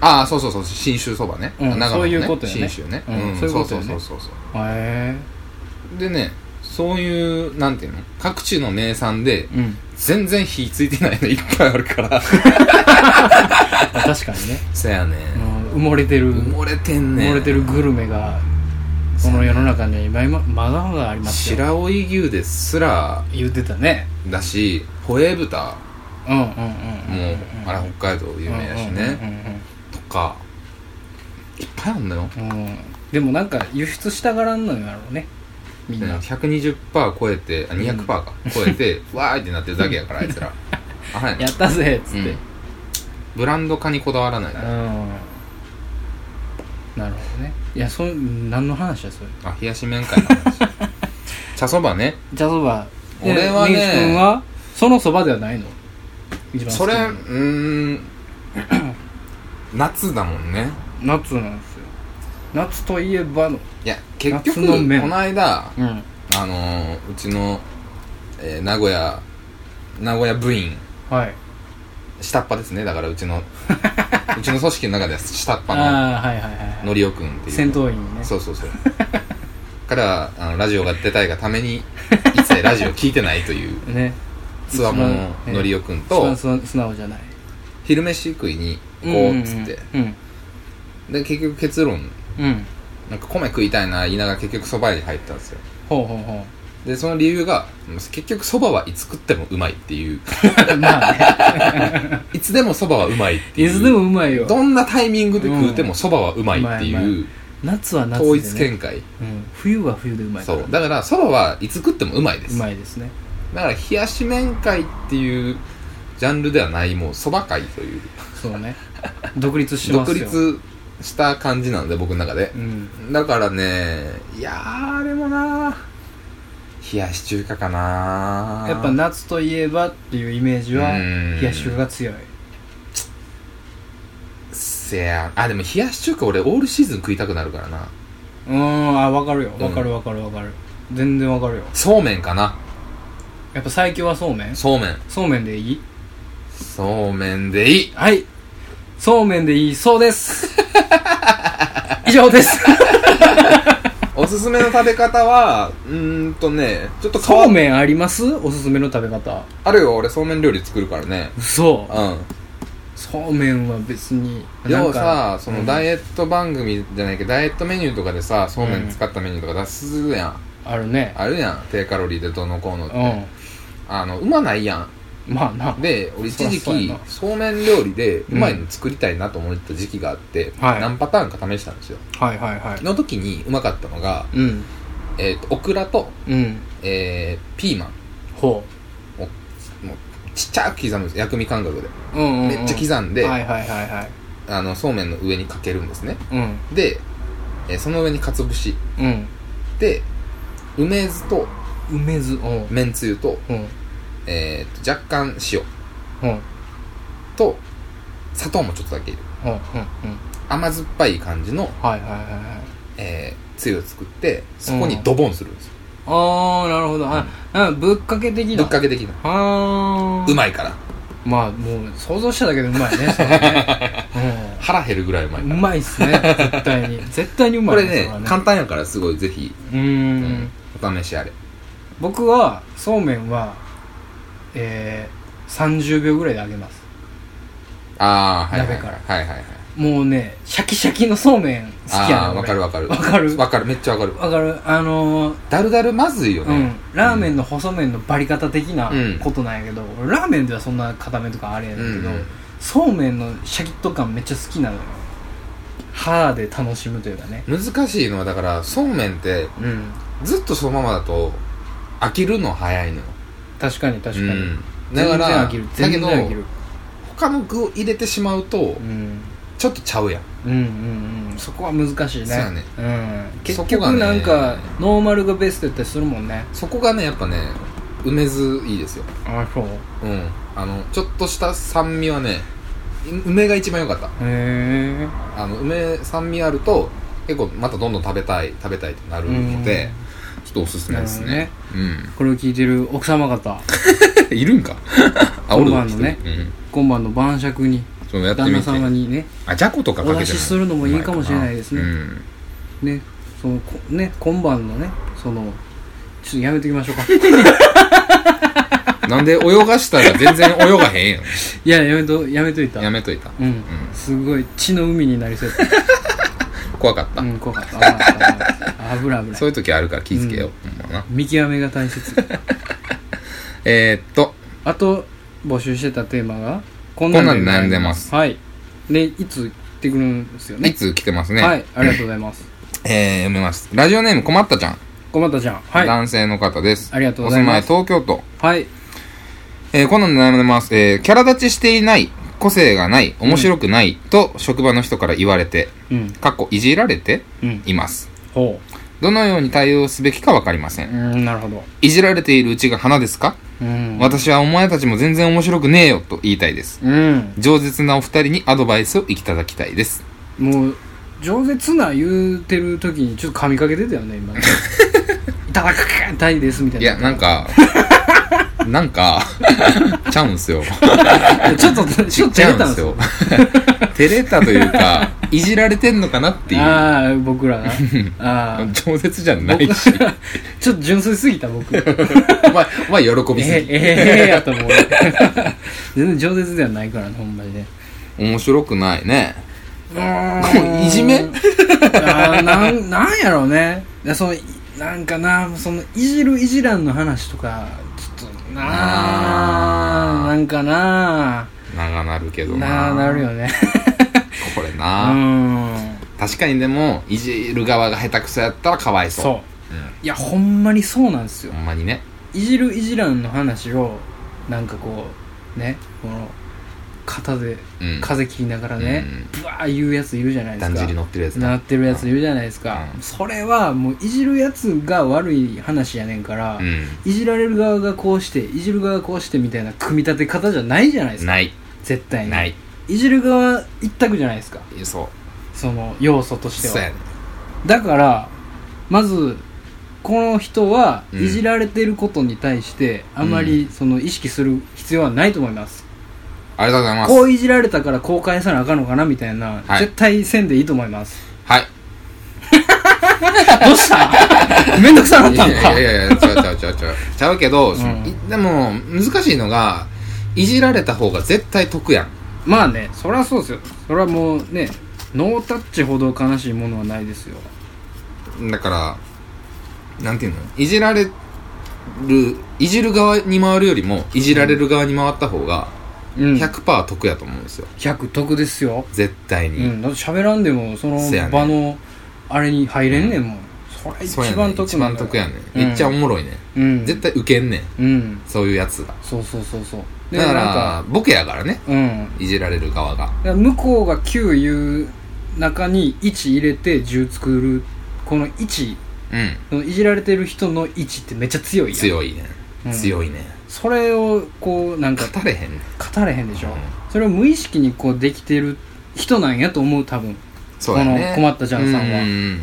B: ああそうそうそう信州そばね、
A: うん
B: 長野
A: そ
B: の
A: う
B: ね
A: いうことよね
B: 信州ね、
A: うんそういうことよね
B: そうそうそうそう
A: へ
B: そうでねそういうなんていうの各地の名産で
A: えうん
B: 全然火ついてないの いっぱいあるから
A: あ確かにね
B: そやね、
A: うん埋もれてる
B: 埋
A: 埋
B: もれてんねん
A: もれてるグルメがこの世の中には今今まだまだありますよ
B: 白老牛ですら
A: 言ってたね
B: だしホエ豚
A: うんうんうん
B: も、
A: うん
B: あれ北海道有名やしね、とかいっぱいあんのよ
A: うんうんうんうんうんでもなんか輸出したがらんのやろうねみんな、
B: 120%超えてあ200%か、超えて わーいってなってるだけやからあい つらあはや
A: やっ
B: ね
A: たぜっつって、
B: うんブランド化にこだわらない
A: うん
B: あ
A: なるほどねいやそ何の話やそれ
B: 冷やし麺会の話茶そばね
A: じゃあそばで
B: 俺はね
A: 根岸君はそのそばではないの一番好
B: そ
A: き
B: れう
A: なの
B: ーん夏だもんね
A: 夏なんですよ夏といえばの
B: いや結
A: 夏
B: 局
A: の麺
B: この間
A: うん
B: あのーうちの、えー名古屋名古屋部員
A: はい
B: 下っ端ですねだから うちのうちの組織の中では下っ端の
A: ああはいはいはい
B: のりおくんっていう
A: 戦闘員ね
B: そうそうそうからあのラジオが出たいがために一切ラジオ聞いてないという
A: ね
B: つわもの
A: 一番
B: のりおくん
A: 一番
B: と
A: 素素直じゃない
B: 昼飯食いに行こうっつって
A: うん
B: で結局結論
A: うん、うん、
B: なんか米食いたいな言いながら結局そば屋に入ったんですよ
A: ほうほうほう
B: でその理由が結局そばはいつ食ってもうまいっていう
A: まあね
B: いつでもそばはうまいってい
A: いうつでもうまいよ
B: どんなタイミングで食うてもそばはうまいって
A: うんうまいう夏は夏で、ね、
B: 統一見解
A: うん、冬は冬でうまいか
B: そ
A: ら
B: うだからそばはいつ食ってもうまいで
A: う
B: す
A: まいですね
B: だから冷やし麺会っていうジャンルではないもうそば会という
A: そうね独立してます
B: 独
A: よ
B: 立した感じなので僕の中で
A: う、ん
B: だからねいやーでもなー冷やし中華かなー
A: やっぱ夏といえばっていうイメージは
B: うん
A: 冷やし中華が強い
B: せやあでも冷やし中華俺オールシーズン食いたくなるからな
A: うーんあ分かるよ
B: うん
A: 分かる分かる分かる、全然分かるよ
B: そうめんかな
A: やっぱ最強はそうめん
B: そうめん
A: そうめんでいい
B: そうめんでいい
A: はいそうめんでいいそうです 以上です
B: おすすめの食べ方はうーんとねちょっと変わ
A: そうめんありますおすすめの食べ方
B: あるよ俺そうめん料理作るからね
A: 嘘
B: うん
A: そうめんは別に
B: 要はさそのダ
A: イ
B: イエット番組じゃないけど、ダイエットメニューとかでさそうめん使ったメニューとか出すやん、
A: あるね
B: あるやん低カロリーでどうのこうのって、
A: う
B: あのうまないや
A: んまあなん
B: で俺一時
A: そらそう
B: 期
A: やな
B: そうめん料理でうまいの作りたいなと思ってた時期があって、
A: はい
B: 何パターンか試したんですよ
A: はいはいは
B: の時にうまかったのが、
A: いうん
B: えー、とオクラと、
A: うん
B: えー、ピーマン
A: ほ
B: もうちっちゃく刻むんです薬味感覚で
A: ううんうんうん
B: めっちゃ刻んで、
A: はいはいはいはい
B: あのそうめんの上にかけるんですね
A: うん
B: で、えーその上にかつぶし
A: うん
B: で梅酢と
A: 梅酢うん
B: めんつゆと,、
A: うん
B: えーと若干塩
A: うんうん
B: と砂糖もちょっとだけ入れる
A: うんうん
B: 甘酸っぱい感じの、
A: はいはいはいはい
B: えーつゆを作ってそこにドボンするんですよ、
A: ああなるほどああぶっかけ的な
B: ぶっかけ的な
A: ああ
B: うまいから
A: まあもう想像しただけでうまいねそれねう
B: 腹減るぐらいうま
A: う
B: い
A: まいっすね絶対に絶対にうま
B: こ
A: い
B: れ
A: です
B: ね
A: から
B: 簡単やからすごいぜひ、
A: うー
B: うんお試しあれ
A: 僕はそうめんはえー、30秒ぐらいで揚げます
B: ああはいはい
A: 鍋
B: は
A: か
B: い
A: ら
B: はいはいはい
A: もうねシャキシャキのそうめん好きや
B: あ
A: な俺
B: あーわかるわかる
A: わかる
B: わかるめっちゃわかる
A: わかるあのー
B: だるだるまずいよ
A: う
B: ね、
A: ん、ラーメンの細麺のバリ方的な
B: うん
A: ことなんやけど、俺ラーメンではそんな固めとかあれやねんけど、
B: うんうん
A: そうめんのシャキッと感めっちゃ好きなのよ歯で楽しむというかね
B: 難しいのはだからそうめんって
A: うん
B: ずっとそのままだと飽きるの早いのよ
A: 確かに確かに、
B: うん、だか
A: 全
B: ら
A: 然飽きる全然
B: だ
A: 飽
B: け
A: き
B: ど
A: る、
B: 他の具を入れてしまうと
A: うん、
B: ちょっとちゃうやん
A: うんうんうんそこは難しいね
B: そうやね
A: うん、結
B: そこが
A: 局
B: ね
A: なんか、ノーマルがベストやったりするもんね
B: そこがねやっぱね梅酢いいですよ
A: あそう
B: うんあのちょっとした酸味はねう梅が一番良かった
A: へ
B: あの梅酸味あると結構またどんどん食べたい食べたいってなるのでちょっとおすすめですね
A: えこれを聞いてる奥様方
B: うん いるんかあ
A: 今晩のね
B: おるわ一人
A: 今晩の晩酌に
B: うんそのやって
A: 旦
B: み
A: 那
B: て
A: 様にね
B: あじゃことかかけても
A: お出しするのもいいかもしれないですね
B: うまいかなうん
A: ねそのこね今晩のねそのちょっとやめときましょ うか
B: なんで泳がしたら全然泳がへん
A: いややめとやめといた
B: やん。やめといた。
A: うん、すごい血の海になり そうやっ
B: 怖かった
A: たう。ん怖かった危ない危ない危ない
B: そういう時あるから気ぃつけよう。ほんまな
A: 見極めが大 切
B: えーっと、
A: あと募集してたテーマがこん
B: こんなんで悩んでます
A: はいでいつってくるんですよね
B: いつ来てますね。
A: はいありがとうございます
B: えー、読みます。ラジオネーム困ったちゃん。
A: 困ったちゃんはい
B: 男性の方です。
A: ありがとうございます
B: お住まい東京都。
A: はい
B: えー、こんなんで悩んでます。えー、キャラ立ちしていない、個性がない、面白くない、と職場の人から言われて、
A: うん
B: かっこいじられて
A: うん
B: います。
A: ほ
B: どのように対応すべきかわかりませ。
A: うんうんなるほど
B: いじられているうちが花ですか
A: うん
B: 私はお前たちも全然面白くねえよと言いたいです。
A: うん
B: 饒舌なお二人にアドバイスをいただきたいです。
A: もう饒舌な言うてる時にちょっと噛みかけてたよね 今ねいただくかたいですみたい
B: い
A: な
B: や、なん か、なんか、ちゃうんすよ。
A: ちょっとちょっと
B: ち
A: 照
B: ゃ
A: れ
B: う
A: たんです
B: ん
A: すよ
B: よ。照れたというか、いじられてんのかなっていう。
A: ああ僕らがああ
B: 饒舌じゃない
A: 僕
B: し。
A: ちょっと純粋すぎた 僕え
B: お前、お前喜びすぎ。
A: えええやと思う 全然饒舌ではないからねほんまにね
B: 面白くないね。
A: うーん
B: いじめ
A: あーなんなんやろうねいやそのいなんかなそのいじるいじらんの話とかちょっとな
B: あー
A: あなんかな
B: 長なるけど
A: な
B: な。
A: あなるよ ね
B: これ
A: う
B: な。
A: ん
B: 確かにでも、いじる側が下手くそやったらかわいそう。
A: そういやほんまにそうなんですよ
B: ほんまにね。
A: いじるいじらんの話をなんかこうねこの肩で
B: うん。
A: 風切りながらね
B: うん
A: ブワー言うやついるじゃないです
B: だん
A: か
B: じり乗ってるやつ
A: なってるやついるじゃないですか、
B: うん
A: それはもういじるやつが悪い話やねんから、
B: うん。
A: いじられる側がこうしていじる側がこうしてみたいな組み立て方じゃないじゃないですか
B: ない。
A: 絶対に
B: ない。
A: いじる側一択じゃないですか
B: そう。
A: その要素として
B: そうや
A: は
B: ね。
A: だからまずこの人は
B: うん
A: いじられてることに対してあまりその意識する必要はないと思います、
B: ありがとうございます。
A: こういじられたからこう返さなあかんのかなみたいな、
B: はい
A: 絶対せんでいいと思います
B: はい。
A: どうしためんどくさなっ
B: い
A: た
B: や
A: のか
B: いやいや、ちゃうちゃうちゃう ちゃう。ちゃうけど、その
A: うん
B: いでも、難しいのが、いじられた方が絶対得やん。
A: まあねそりゃそうですよそれはもうねノータッチほど悲しいものはないですよ
B: だから、なんていうのいじられる、いじる側に回るよりも、いじられる側に回った方が、
A: うん100
B: 100%得やと思うんですよ。
A: 得ですよ、
B: 絶対
A: う
B: に。
A: ん、だって喋らんでもその
B: せやね
A: 場のあれに入れんねんもん、それ
B: そう
A: 一
B: やねん
A: 番得
B: 一番得やね
A: うん
B: ん。めっちゃおもろいねん。
A: うん
B: 絶対ウケんね
A: う
B: ん。
A: ん
B: そういうやつが。
A: そうそうそうそうで
B: だか、
A: なんから
B: ボケやからね。
A: うん
B: いじられる側
A: だ
B: が。
A: から向こうが9言う中に1入れて10作るこの1
B: うん。
A: そのいじられてる人の1ってめっちゃ強いやん
B: 強いね
A: うん
B: ん。強いねん。
A: それをこうなんか
B: 語れへんねん。
A: 語れへんでしょ、
B: うん
A: それを無意識にこうできてる人なんやと思う多分
B: そうやね
A: この困ったジャンさんは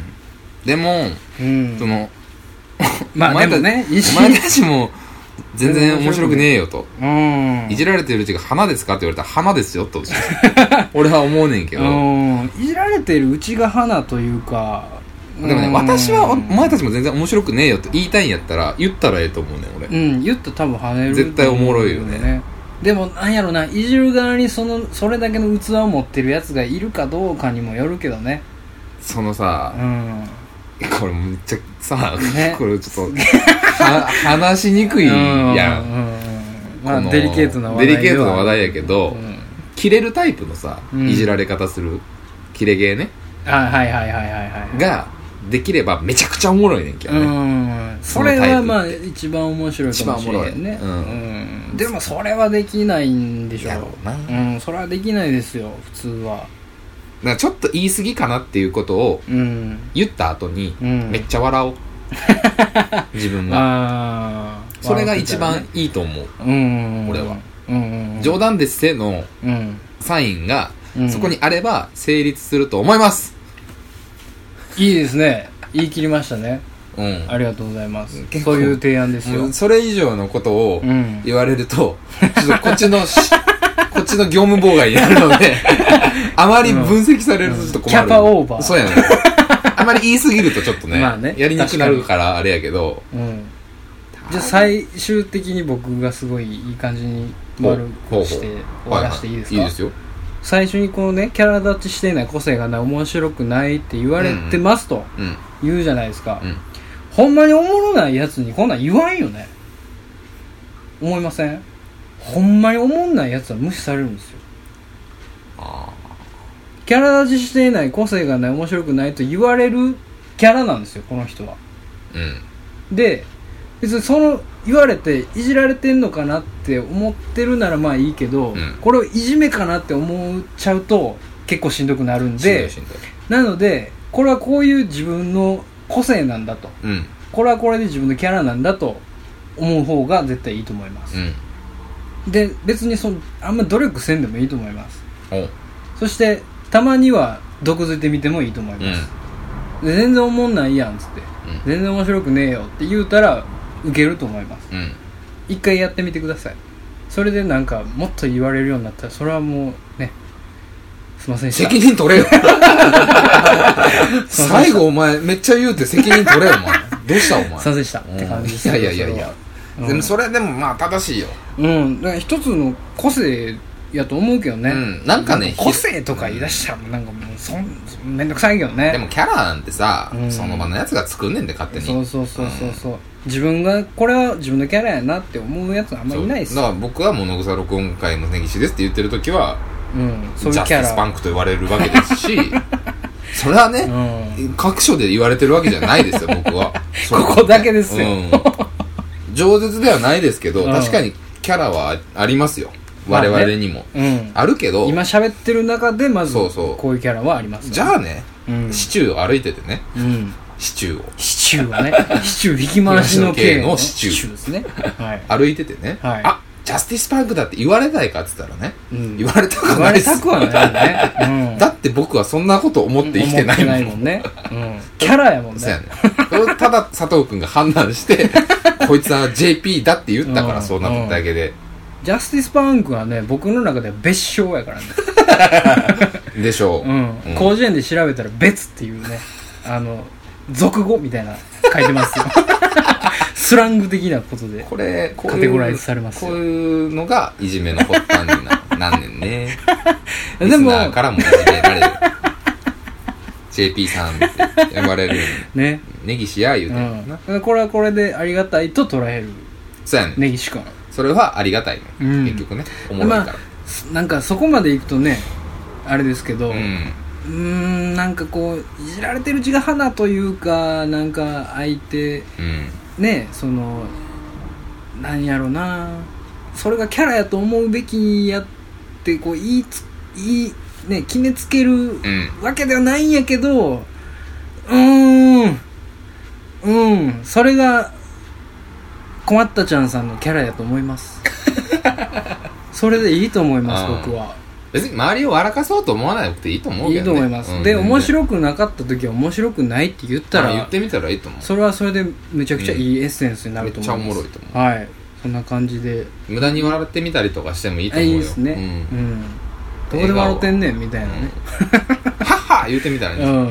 B: うでも
A: うん
B: その
A: まあ
B: お前
A: で
B: た
A: もねい
B: お
A: じ
B: 前たちも全然面白くねえよと。
A: うん
B: いじられてるうちが花ですかって言われたら花ですよってほしい 俺は思うねんけど。
A: うんいじられてるうちが花というか
B: でもね、
A: うん
B: 私はおお前たちも全然面白くねえよと言いたいんやったら、言ったらええと思うねん、俺。
A: うん言ったら多分跳ねる
B: 絶対おもろいよね
A: と思うんだでもなんやろないじる側にそのそれだけの器を持ってるやつがいるかどうかにもよるけどね
B: その
A: う
B: さ、
A: ん
B: これめっちゃさ、
A: ね
B: これちょっと、は話しにくいや。
A: うんんま
B: こ
A: あ
B: の
A: デリケートな話題では
B: デリケートな話題やけど
A: うん
B: 切れるタイプのさ、
A: うん
B: いじられ方する、切れゲーね、
A: あはいはいはいはいはい
B: が、できればめちゃくちゃおもろいねんけど
A: う
B: ね。
A: んそれはまあ一番面白いかもしれへんね
B: 一番おもろい
A: うんでもそれはできないんでし
B: や
A: ょ
B: ろうな。
A: う
B: だか
A: んそれはできないですよ普通は
B: らちょっと言い過ぎかなっていうことを
A: うん
B: 言った後に、
A: うん
B: めっちゃ 笑おう。自分が。
A: あー
B: それが一番いいと思う。
A: うん
B: 俺は
A: うんうんうん
B: 冗談ですせの
A: うん
B: サインが
A: うん
B: そこにあれば成立すると思います。
A: いいですね言い切りましたね
B: うん。
A: ありがとうございます
B: 結構
A: そういう提案ですよ
B: それ以上のことを
A: うん
B: 言われる と、ちょっとこっちのし、こっちの業務妨害になるの で、あまり分析されるとちょっと困る。
A: うんキャパオーバー
B: そうやね。あまり言いすぎるとちょっとね、
A: まあね
B: やりにくくなるからあれやけど、
A: うんじゃあ最終的に僕がすごいいい感じに丸くして終わらせていいですか
B: はいはいいいですよ。
A: 最初にこうねキャラ立ちしていない個性がない面白くないって言われてますと
B: うん。
A: 言うじゃないですか、
B: うん
A: ほんまにおもろないやつにこんなん言わんよね思いませんほんまにおもんないやつは無視されるんですよ
B: あ
A: キャラ立ちしていない個性がない面白くないと言われるキャラなんですよこの人は
B: ーうん。
A: で別にその言われていじられてんのかなって思ってるならまあいいけど、
B: うん
A: これをいじめかなって思っちゃうと結構しんどくなるん
B: しんど
A: で
B: いしんどい
A: なのでこれはこういう自分の個性なんだと
B: うん。うん。
A: これはこれで自分のキャラなんだと思う方が絶対いいと思います、で別にそのあんま努力せんでもいいと思います
B: お
A: そしてたまには毒づいてみてもいいと思います、で全然おもんないやんっつって、
B: うん
A: 全然面白くねえよって言うたらウケると思います
B: うん。
A: 一回やってみてくださいそれでなんかもっと言われるようになったらそれはもうねすいませんでした
B: 責任 取れよ最後お前めっちゃ言うて責任取れよお前どうしたお前
A: すいませんでしたって感じです
B: うんいやいやいやいや
A: それは
B: で
A: う
B: も
A: ん
B: それでもまあ正しいよ、
A: うん、だから一つの個性やと思うけどね、
B: うんなんかね
A: 個性とか言い出したらなんかもうそんそんめんどくさいけどね
B: でもキャラなんてさ、
A: うん
B: その場のやつが作んねんで勝手に
A: そうそうそうそうそう自分がこれは自分のキャラやなって思うやつあんまいないっす
B: そうだから僕は物草録音会の根岸ですって言ってる時は
A: うんそう
B: ジ
A: い
B: ャ
A: う
B: ス
A: キ
B: テ
A: ャ
B: ィスパ
A: ラ
B: ンクと言われるわけで すしそれはね、
A: うん
B: 各所で言われてるわけじゃない ですよ僕はそれはね
A: ここだけですよ
B: うん饒舌ではないですけど、
A: うん
B: 確かにキャラはありますよ
A: まあ
B: 我
A: ね
B: 々にも、
A: うん
B: あるけど
A: 今喋ってる中でまず
B: そうそう
A: こういうキャラはありますよ
B: じゃあね、
A: うん
B: シチューを歩いててね
A: うん
B: シチューを
A: シチューは ねシチュー引き回しの系
B: 引き回しの系のシチュー
A: ですねはい
B: 歩いててね、
A: はい
B: あジャスティスパンクだって言われないかって言ったらね、
A: うん
B: 言われたくは
A: 言
B: な
A: わ
B: いで
A: れ
B: す
A: たくはないよねうん
B: だって僕はそんなこと思って生きてな
A: 思って
B: いもん,、
A: ないもんね、うん、キャラやもん
B: そうや
A: ね
B: ねそれをただ佐藤君が判断して こいつは JP だって言ったからそうなっただけで、
A: ジャスティスパンクはね僕の中では別称やからね
B: でしょう、
A: うん、
B: うん
A: 広辞苑で調べたら「別」っていうねあの俗語みたいな書いてますよ スラング的なことで
B: これこういう
A: カテゴライズされますよ
B: こういうのがいじめの発端にななんねんね
A: で
B: リ
A: も
B: スナーからもいじめられる JP さんって呼ばれるよ
A: ね、
B: うに根岸や言う
A: う
B: てん
A: ん
B: な、、
A: これはこれでありがたいと捉える
B: そうやねん
A: 根岸君
B: それはありがたいね、
A: うん
B: 結局ねおもろいから、
A: まあすなんかそこまでいくとねあれですけどう
B: うん
A: ーんなんかこういじられてるうちが花というかなんか相手
B: うん
A: ねそのなんやろなそれがキャラやと思うべきやってこう言いつ言い、ね、決めつける
B: うん
A: わけではないんやけどうーんうんそれが困ったちゃんさんのキャラやと思います それでいいと思います
B: あー
A: 僕は
B: 別に周りを笑かそうと思わなくていいと思う
A: い
B: け
A: いと
B: ど、ね、
A: 思います、
B: うん
A: で
B: 全然
A: 面白くなかった時は面白くないって言った
B: まあ
A: ら
B: 言ってみたらいいと思う
A: それはそれでめちゃくちゃいいエッセンスになると思います、
B: めっちゃおもろいと思
A: はいこんな感じで
B: 無駄に笑ってみたりとかしてもいいと
A: あ
B: 思う
A: い
B: よ
A: いですね
B: う
A: うんんどこで笑ってんねんみたいなね
B: はっは言うてみたら
A: う
B: ね、
A: んうんうん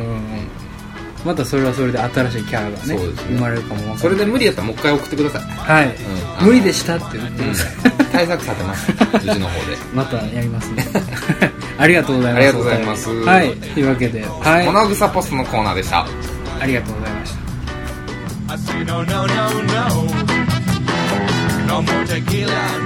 A: またそれはそれで新しいキャラがね
B: そうですね
A: 生まれるかもわかんない
B: それで無理やったらもう一回送ってください、
A: はい、
B: うん
A: 無理でしたって言ってください
B: うん、対策さて ますうちの方で
A: またやります ねありがとうございます
B: ありがとうございます
A: はいというわけでは
B: 粉
A: い
B: 草ポストのコーナーでした
A: ありがとうございました
C: "Oh, I say no, no, no, no. No more tequila,